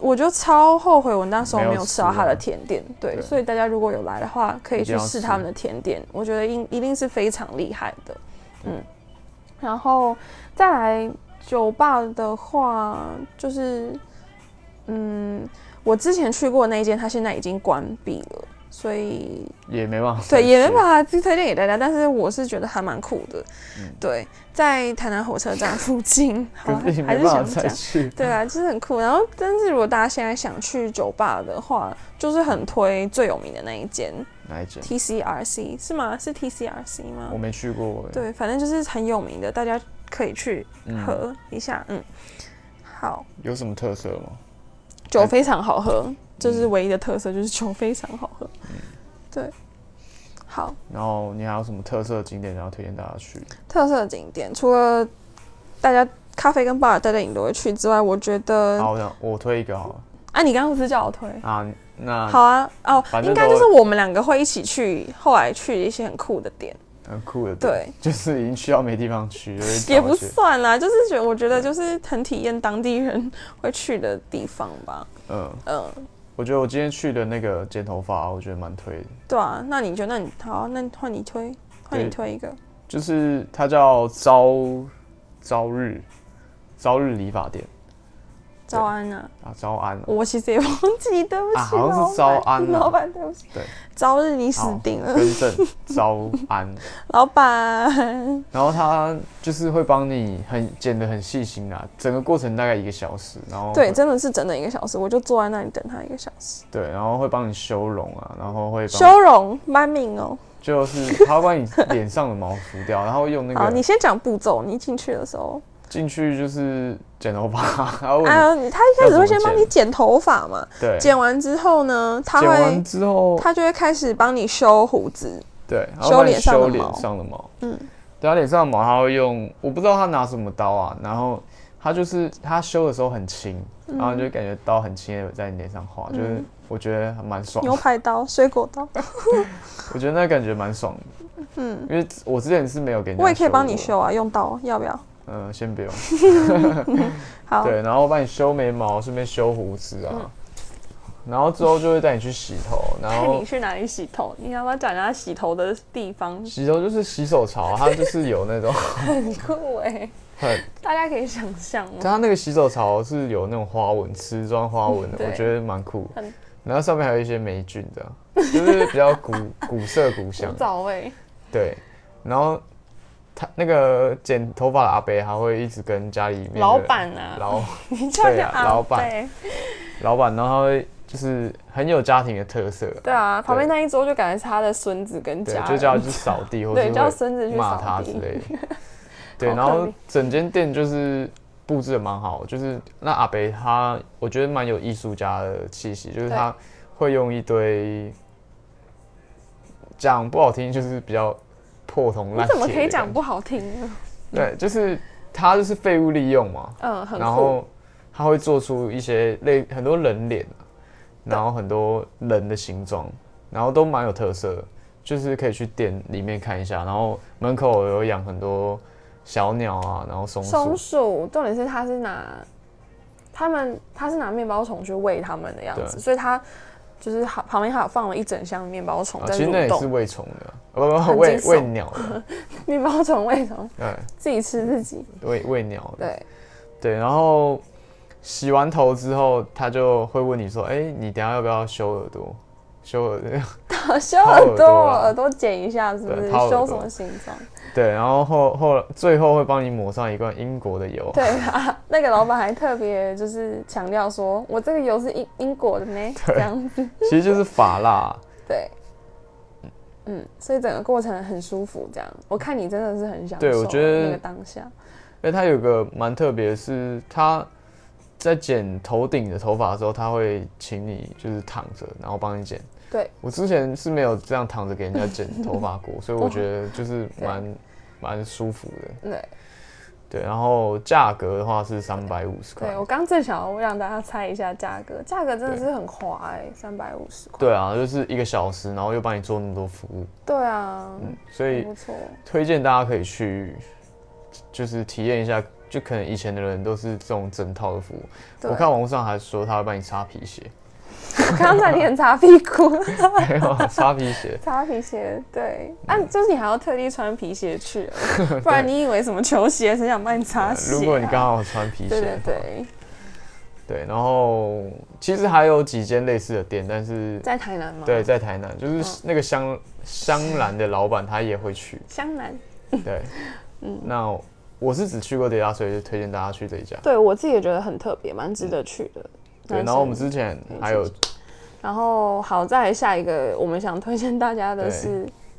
B: 我就超后悔我那时候没有吃到他
A: 没有吃啊
B: 的甜点。对，
A: 对
B: 所以大家如果有来的话，可以
A: 一定
B: 去
A: 要
B: 试
A: 吃
B: 他们的甜点，我觉得一一定是非常厉害的。嗯，然后再来酒吧的话，就是嗯，我之前去过那一间，它现在已经关闭了。所以
A: 也没办法，
B: 对，也没办，法推荐给大家，但是我是觉得还蛮酷的。
A: 嗯
B: 对，在台南火车站附近，好啦
A: 可是也
B: 还
A: 没
B: 是
A: 办法再
B: 想讲。
A: 去，
B: 对啊，就是很酷。然后，但是如果大家现在想去酒吧的话，就是很推最有名的那一间
A: 哪一间？
B: TCRC 是吗？是 TCRC 吗
A: 我？没去过，，
B: 嗯
A: 欸
B: 对，反正就是很有名的，大家可以去
A: 嗯，哎
B: 喝一下。嗯，好，
A: 有什么特色吗？
B: 酒非常好喝，这、
A: 嗯
B: 是唯一的特色，就是酒非常好喝。对，好，
A: 然后你还有什么特色景点然后推荐大家去？
B: 特色景点除了大家咖啡跟巴尔代的影都会去之外，我觉得
A: 好，那我推一个好了
B: 啊，你刚刚不是叫我推？
A: 啊，那
B: 好啊，哦
A: 反，正
B: 应该
A: 都
B: 就是我们两个会一起去，后来去一些很酷的点，
A: 很酷的，，
B: 对，
A: 就是已经去到没地方去，有
B: [laughs]
A: 点
B: 也
A: 嗯找
B: 不
A: 去
B: 算啦，就是觉我觉得就是很体验当地人会去的地方吧，
A: 嗯，
B: 嗯，
A: 我觉得我今天去的那个剪头发，我觉得蛮推的，
B: 对啊，那你觉得那你好啊，那换你推，换你
A: 对
B: 推一个，
A: 就是它叫朝朝日朝日理发店
B: 招安啊，
A: 啊，朝安啊，
B: 我其实也忘记，对不起，
A: 啊好像是
B: 老板
A: 招安啊
B: 老板，对不起，
A: 对，
B: 朝日你死
A: 好
B: 定了，
A: 更正朝安，
B: [laughs] 老板，
A: 然后它就是会帮你很剪得很细心啊，整个过程大概一个小时，然后
B: 对，
A: 会
B: 真的是整整一个小时，我就坐在那里等他一个小时，
A: 对，然后会帮你修容啊，然后会帮
B: 修容慢命哦。
A: 就是它会把你脸上的毛梳掉，然后用那
B: 好，你
A: 个
B: 先讲步骤，你进去的时候。
A: 进去就是剪头发，然后问你、
B: 啊，你他一开始会先
A: 要
B: 帮
A: 怎么
B: 你剪头发嘛，
A: 对，
B: 剪完之后呢，他
A: 剪完
B: 会
A: 之后
B: 他就会开始帮你修胡子，
A: 对，然后
B: 修
A: 帮你
B: 脸上
A: 修
B: 的
A: 脸
B: 毛
A: 上的毛，
B: 嗯
A: 嗯，对，他脸上的毛他会用，我不知道他拿什么刀啊，然后它就是它修的时候很轻，
B: 嗯
A: 然后你就感觉刀很轻的在你脸上划，就是我觉得还蛮爽的
B: 牛排刀、 [laughs] 水果刀，
A: 我觉得那感觉蛮爽的。嗯，因为我之前是没有给人家
B: 我也可以帮
A: 过
B: 你。修啊，用刀要不要？
A: 嗯、先不用。
B: 好，嗯
A: 对，然后帮你修眉毛，顺便修胡子啊。然后之后就会带你去洗头，然
B: 看
A: 后
B: 你去哪里洗头，你要不要讲一下洗头的地方？ [laughs]
A: 洗头就是洗手槽，它就是有那种 [laughs]
B: 很酷哎、
A: 很
B: 大家可以想象吗？
A: 它那个洗手槽是有那种花纹，瓷砖花纹的，
B: [laughs] 对
A: 我觉得蛮酷
B: 很。
A: 然后上面还有一些霉菌的，就是比较古古色古香
B: 古。早味，
A: 对，然后他那个剪头发的阿伯还会一直跟家里面的
B: 老板啊
A: 老
B: 你叫
A: 对
B: 人家
A: 啊
B: 阿
A: 老板
B: 贝
A: 老板，然后他会就是很有家庭的特色。
B: 对啊，旁边那一桌就感觉是他的孙子跟
A: 对
B: 家，
A: 就叫他
B: 人，
A: 去扫地，或
B: 对
A: 是
B: 叫
A: 会
B: 孙子去
A: 骂
B: 扫
A: 他
B: 地
A: 之类的。 [laughs] 对，
B: 好
A: 然
B: 可
A: 后
B: 怜
A: 整间店就是布置的蛮好，就是那阿北他我觉得蛮有艺术家的气息，就是
B: 对
A: 他会用一堆讲不好听就是比较破铜
B: 你
A: 烂铁，
B: 怎么可以讲？不好听呢？
A: 对，就是他就是废物利用嘛，
B: 嗯，很
A: 然
B: 酷，
A: 后他会做出一些类很多人脸啊，然后很多人的形状，然后都蛮有特色的，就是可以去店里面看一下。然后门口有养很多小鸟啊，然后松
B: 松
A: 鼠，
B: 鼠，重点是他是拿他们他是拿面包虫去喂他们的样子，
A: 对
B: 所以他就是好旁边还有放了一整箱面包虫
A: 啊，
B: 在
A: 其实那
B: 蠕
A: 也是
B: 动，
A: 喂虫的啊，啊不
B: 很
A: 不喂
B: 惊悚
A: 喂鸟的，
B: 面包虫
A: [laughs]
B: 喂虫
A: 对，
B: 自己吃自己，
A: 喂喂鸟 [laughs] 的，
B: 对，
A: 对。然后洗完头之后，他就会问你说：“哎，你等一下要不要修耳朵？修耳 [laughs] 朵？”
B: 修耳
A: 掏耳朵
B: 朵，
A: 啊
B: 耳朵剪一下是不是
A: 对？掏耳
B: 修
A: 朵
B: 什么形状？
A: 对，然后后后来最后会帮你抹上一罐英国的油。
B: 对啊，那个老板还特别就是强调说，我这个油是英英国的呢，这样子。
A: 其实就是法蜡，
B: 对，嗯，所以整个过程很舒服，这样。我看你真的是很享受
A: 对我觉得
B: 那个当下，
A: 因为它有个蛮特别的是，它在剪头顶的头发的时候，他会请你就是躺着，然后帮你剪。
B: 对
A: 我之前是没有这样躺着给人家剪头发
B: [laughs]
A: 过，所以我觉得就是
B: 对
A: 蛮蛮舒服的。
B: 对
A: 对，然后价格的话是三百五十块
B: 对，。我刚正想要让大家猜一下价格，价格真的是很划哎、三百五十块。
A: 对啊，就是一个小时，然后又帮你做那么多服务，
B: 对啊，
A: 嗯所以
B: 很不错。
A: 推荐大家可以去，就是体验一下。就可能以前的人都是这种整套的服务，
B: 对
A: 我看 [laughs] 网络上还说他会帮你擦皮鞋，
B: [laughs] 刚才你很擦屁股， [laughs]
A: 没有啊擦皮鞋，
B: 擦皮鞋，对，啊，就是你还要特地穿皮鞋去，
A: [laughs]
B: 不然你以为什么球鞋？谁想帮你擦鞋、啊？
A: 如果你刚好穿皮鞋，
B: 对对对，
A: 对然后其实还有几间类似的店，但是
B: 在台南嗯吗？
A: 对，在台南，就是那个香、香兰的老板他也会
B: [laughs]
A: 去，
B: 湘南。
A: 对，
B: 嗯
A: 那我是只去过这家，所以就推荐大家去这一家。
B: 对我自己也觉得很特别，蛮值得去的。
A: 嗯对，
B: 男
A: 然后我们
B: 生
A: 之前还有
B: 然后好，再来下一个，我们想推荐大家的
A: 对
B: 是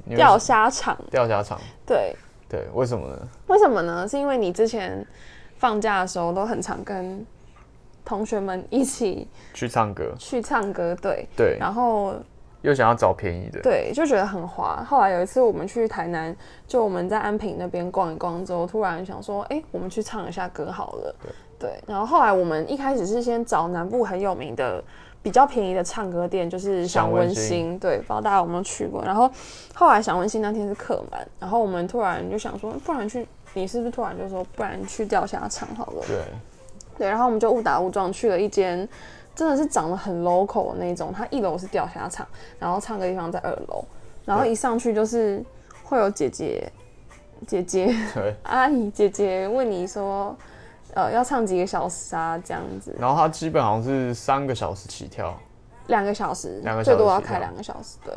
A: 你们
B: 钓虾场。
A: 钓虾场，
B: 对，
A: 对，为什么呢？
B: 为什么呢？是因为你之前放假的时候都很常跟同学们一起
A: 去唱歌，
B: 去唱歌，对，
A: 对，
B: 然后
A: 又想要找便宜的，
B: 对，就觉得很滑。后来有一次我们去台南，就我们在安平那边逛一逛之后，突然想说，哎、我们去唱一下歌好了。对，然后后来我们一开始是先找南部很有名的、比较便宜的唱歌店，就是
A: 想
B: 想
A: 温
B: 温
A: 馨
B: 馨。对，不知道大家有没有去过。然后后来想温馨那天是客满，然后我们突然就想说，不然去，你是不是突然就说，不然去钓虾场好了？
A: 对，
B: 对，然后我们就误打误撞去了一间，真的是长得很 local 的那种。它一楼是钓虾场，然后唱歌地方在二楼，然后一上去就是会有姐姐、姐姐、
A: 对，
B: 阿姨、姐姐问你说，呃，要唱几个小时啊？这样子，
A: 然后它基本好像是三个小时起跳，
B: 两个小时，
A: 两个
B: 最
A: 小
B: 多
A: 时
B: 要
A: 起
B: 开
A: 跳
B: 两个小时，对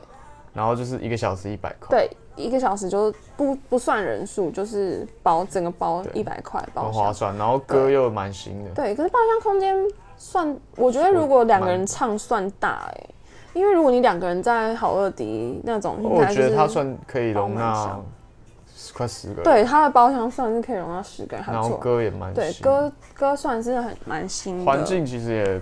A: 然后就是一个小时一百块，
B: 对，一个小时就不不算人数，就是包整个包
A: 对
B: 一百块包
A: 很划
B: 厢。
A: 算，然后歌又蛮新的，
B: 对，可是包厢空间算，我觉得如果两个人唱算大哎、因为如果你两个人在好乐迪那种，应
A: 我
B: 该就
A: 觉
B: 是
A: 得它算可以容
B: 饱满
A: 纳
B: 箱
A: 快十个人，
B: 对它的包厢算是可以容纳十个人，还
A: 然
B: 不
A: 后
B: 错。
A: 歌也蛮
B: 对，
A: 新
B: 歌歌算是很蛮新的，
A: 环境其实也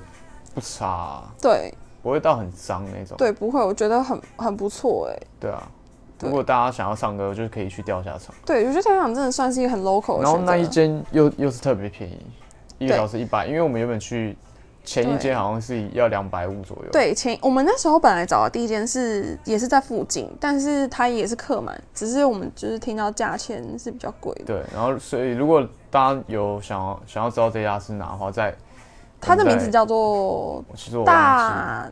A: 不差啊，
B: 对
A: 不会到很脏那种。
B: 对不会，我觉得很很不错哎、
A: 对啊，
B: 对
A: 如果大家想要唱歌，就是可以去钓虾场，
B: 对，我觉得台场真的算是一个很 local 的
A: 然后
B: 选择
A: 那一间又又是特别便宜，一个小时一百，因为我们原本去前一
B: 对
A: 间好像是要两百五左右。，
B: 对，前我们那时候本来找的第一间是也是在附近，但是它也是客满，只是我们就是听到价钱是比较贵的。
A: 对，然后所以如果大家有想要想要知道这家是哪的话，在
B: 它的名字
A: 在
B: 叫做
A: 其实我忘记了，
B: 大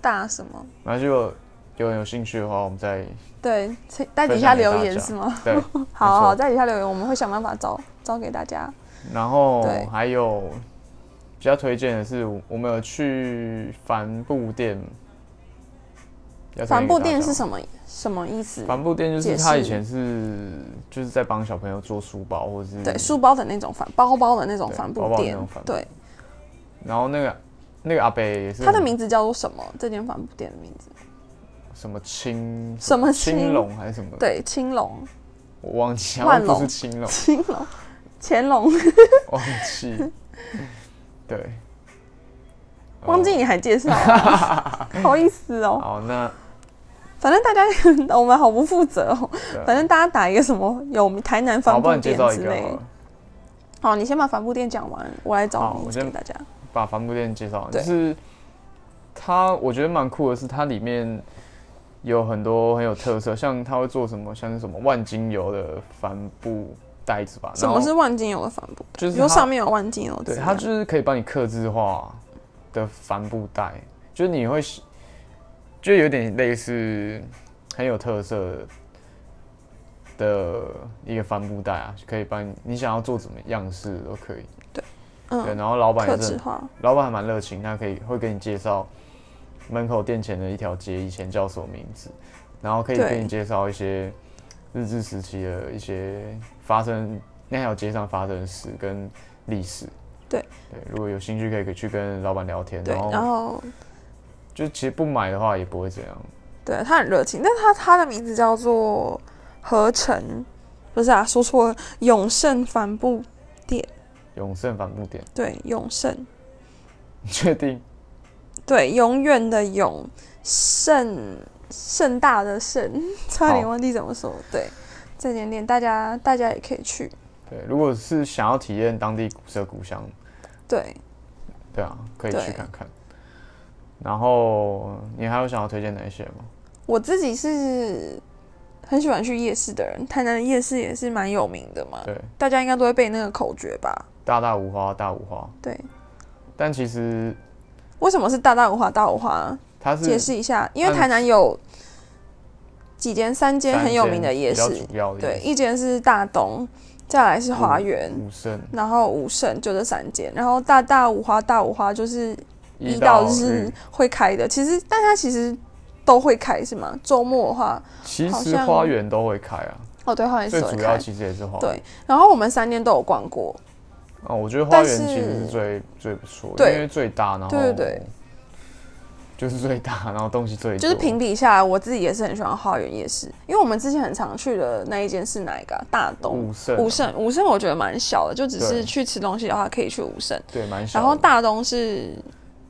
B: 大什么？
A: 然后如果有人有兴趣的话，我们
B: [laughs]
A: 再
B: 对，在在底
A: 分
B: 下
A: 享给大
B: 留言
A: 家
B: 是吗？
A: 对。
B: 好好，
A: 没错
B: 在底下留言，我们会想办法找找给大家。
A: 然后
B: 对
A: 还有比较推荐的是，我们有去帆布店。要推荐给
B: 帆布店
A: 大家
B: 是什么什么意思？
A: 帆布店就
B: 解
A: 是
B: 释
A: 他以前是就是在帮小朋友做书包，或者是
B: 对，书包的那种帆，包包的那种
A: 对
B: 帆
A: 包
B: 布
A: 包的那
B: 店
A: 种帆。布
B: 对，
A: 然后那个那个阿嗯北也是
B: 它的名字叫做什么？这间帆布店的名字？
A: 什么青
B: 什么
A: 青龙还是什么？，
B: 对，青龙，
A: 我忘记，好
B: 万
A: 像
B: 龙，
A: 不是青龙
B: [laughs] 青龙，乾
A: 哦
B: 隆。
A: 忘记。对，
B: 忘记你还介绍、啊，
A: [laughs]
B: 好意思
A: 哦。
B: 哦。
A: 好，那
B: 反正大家 [laughs] 我们好不负责哦。
A: 对
B: 反正大家打一个什么有台南
A: 好，
B: 帆
A: 帮
B: 布
A: 你介
B: 店
A: 绍一
B: 之
A: 个
B: 类
A: 好
B: 的
A: 了。，
B: 好，你先把帆布店讲完，我来找
A: 好
B: 名
A: 我
B: 字
A: 先
B: 给大家。
A: 把帆布店介绍完，就
B: 对
A: 是它，我觉得蛮酷的是，它里面有很多很有特色，像它会做什么，像是什么万金油的帆布袋子吧，
B: 什
A: 然
B: 么
A: 后
B: 是万金油的帆布？
A: 就是
B: 比如
A: 它
B: 上面有万金油字啊
A: 对，
B: 样，
A: 它就是可以帮你刻字化的帆布袋，就是你会喜，就有点类似很有特色的一个帆布袋啊，可以帮你，你想要做怎么样式都可以。对，
B: 嗯，
A: 然后老板
B: 特
A: 也是
B: 制
A: 很
B: 化。
A: 老板还蛮热情，他可以会给你介绍门口店前的一条街以前叫什么名字，然后可以
B: 对
A: 给你介绍一些日治时期的一些发生那条街上发生的事跟历史。
B: 对
A: 对，如果有兴趣可以可以去跟老板聊天，
B: 对
A: 然，
B: 然
A: 后
B: 后
A: 就其实不买的话也不会怎样。
B: 对他很热情，但他他的名字叫做合成，不是啊，说错了，永盛帆布，
A: 永盛帆布店，
B: 对，永盛。
A: 你确定？
B: 对，永远的永，盛盛大的盛， [laughs] 差点
A: 好
B: 忘记怎么说。对，这间店大家大家也可以去。
A: 对，如果是想要体验当地古色古香，
B: 对，
A: 对啊，可以去
B: 对
A: 看看。然后你还有想要推荐哪一些吗？
B: 我自己是很喜欢去夜市的人，台南的夜市也是蛮有名的嘛，
A: 对，
B: 大家应该都会背那个口诀吧？
A: 大大无花，大无花。
B: 对，
A: 但其实
B: 为什么是大大五花大五花？
A: 它是
B: 解释一下，因为
A: 按
B: 台南有几间，三间
A: 三
B: 很有名的
A: 间
B: 夜
A: 比较
B: 市，
A: 主要的
B: 对，
A: 夜市嗯
B: 一间是大东，再来是华园，
A: 武圣
B: 然后五圣就这三间，然后大大五花大五花就是一到
A: 到
B: 日会开的，其实但它其实都会开是吗？周末的话，
A: 其
B: 好
A: 实
B: 像
A: 花园都会开啊，
B: 哦对，花园
A: 最
B: 是会
A: 主要
B: 开，
A: 其实也是花园。
B: 对，然后我们三间都有逛过，
A: 啊，我觉得花园
B: 但是
A: 其实是最最不错，因
B: 对
A: 为最大，然后
B: 对对对
A: [laughs] 就是最大，然后东西最多
B: 就是评比下来，我自己也是很喜欢花园夜市，因为我们之前很常去的那一间是哪一个啊、大东
A: 武圣
B: 五圣，五圣我觉得蛮小的，就只
A: 对
B: 是去吃东西的话可以去五圣，
A: 对蛮小
B: 然
A: 的。
B: 后大东是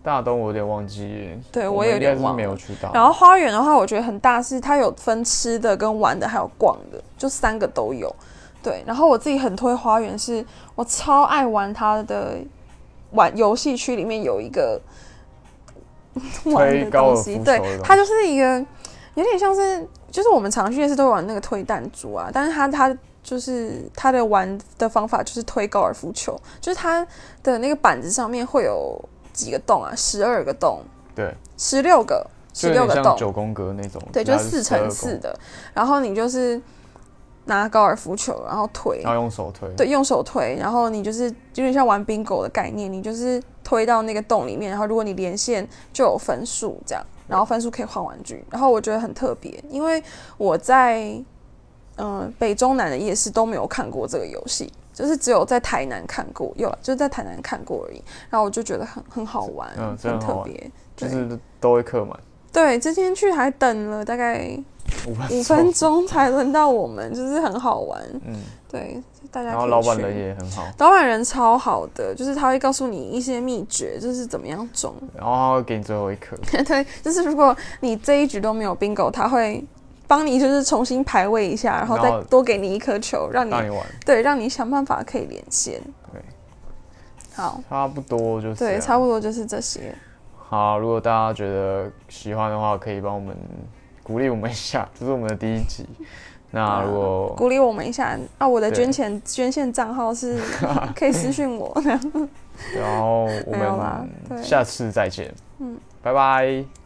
A: 大东我有点忘记，
B: 对
A: 我
B: 我
A: 们
B: 有
A: 应该
B: 点
A: 是
B: 忘
A: 没有
B: 了。
A: 去到。
B: 然后花园的话，我觉得很大，是它有分吃的、跟玩的，还有逛的，就三个都有。对，然后我自己很推花园是，我超爱玩它的玩游戏区里面有一个玩
A: 推
B: 的
A: 高尔
B: 东
A: 夫
B: 西
A: 球，
B: 对
A: 的，
B: 它就是一个有点像是，就是我们常去夜市都会玩那个推弹珠啊，但是它它就是它的玩的方法就是推高尔夫球，就是它的那个板子上面会有几个洞啊，十二个洞，
A: 对，
B: 十六个，
A: 就有
B: 十六
A: 点
B: 个
A: 像
B: 洞，
A: 九宫格那种，
B: 对，
A: 只要
B: 就是四乘四
A: 12
B: 的，然后你就是拿高尔夫球，然后推
A: 宫，，要用手推。
B: 对，用手推，然后你就是有点像玩 bingo 的概念，你就是推到那个洞里面，然后如果你连线就有分数这样，然后分数可以换玩具，然后我觉得很特别，因为我在嗯、呃北中南的夜市都没有看过这个游戏。就是只有在台南看过，有了，就是在台南看过而已。然后我就觉得很很好玩，
A: 嗯真的很
B: 很特
A: 好玩
B: 别。
A: 就是都会刻满
B: 对，之前去还等了大概
A: 五分
B: 五分钟才轮到我们，就是很好玩。
A: 嗯，
B: 对，大家
A: 然
B: 可
A: 后
B: 以
A: 老板
B: 去
A: 人也很好，
B: 老板人超好的，就是他会告诉你一些秘诀，就是怎么样中。
A: 然后他会给你最后一颗，
B: [laughs] 对，就是如果你这一局都没有 bingo，他会帮你就是重新排位一下，然后
A: 然后
B: 再多给你一颗球，让你
A: 让你玩。
B: 对让你想办法可以连线。
A: 对，
B: 好，
A: 差不多就是
B: 对，差不多就是啊这些。
A: 好，如果大家觉得喜欢的话，可以帮我们鼓励我们一下，这是我们的第一集。那如果
B: 啊鼓励我们一下啊！我的
A: 对
B: 捐钱捐献账号 [laughs] 是可以私信我。
A: 然后我
B: 没有啦对
A: 们下次再见，
B: 嗯
A: 拜拜。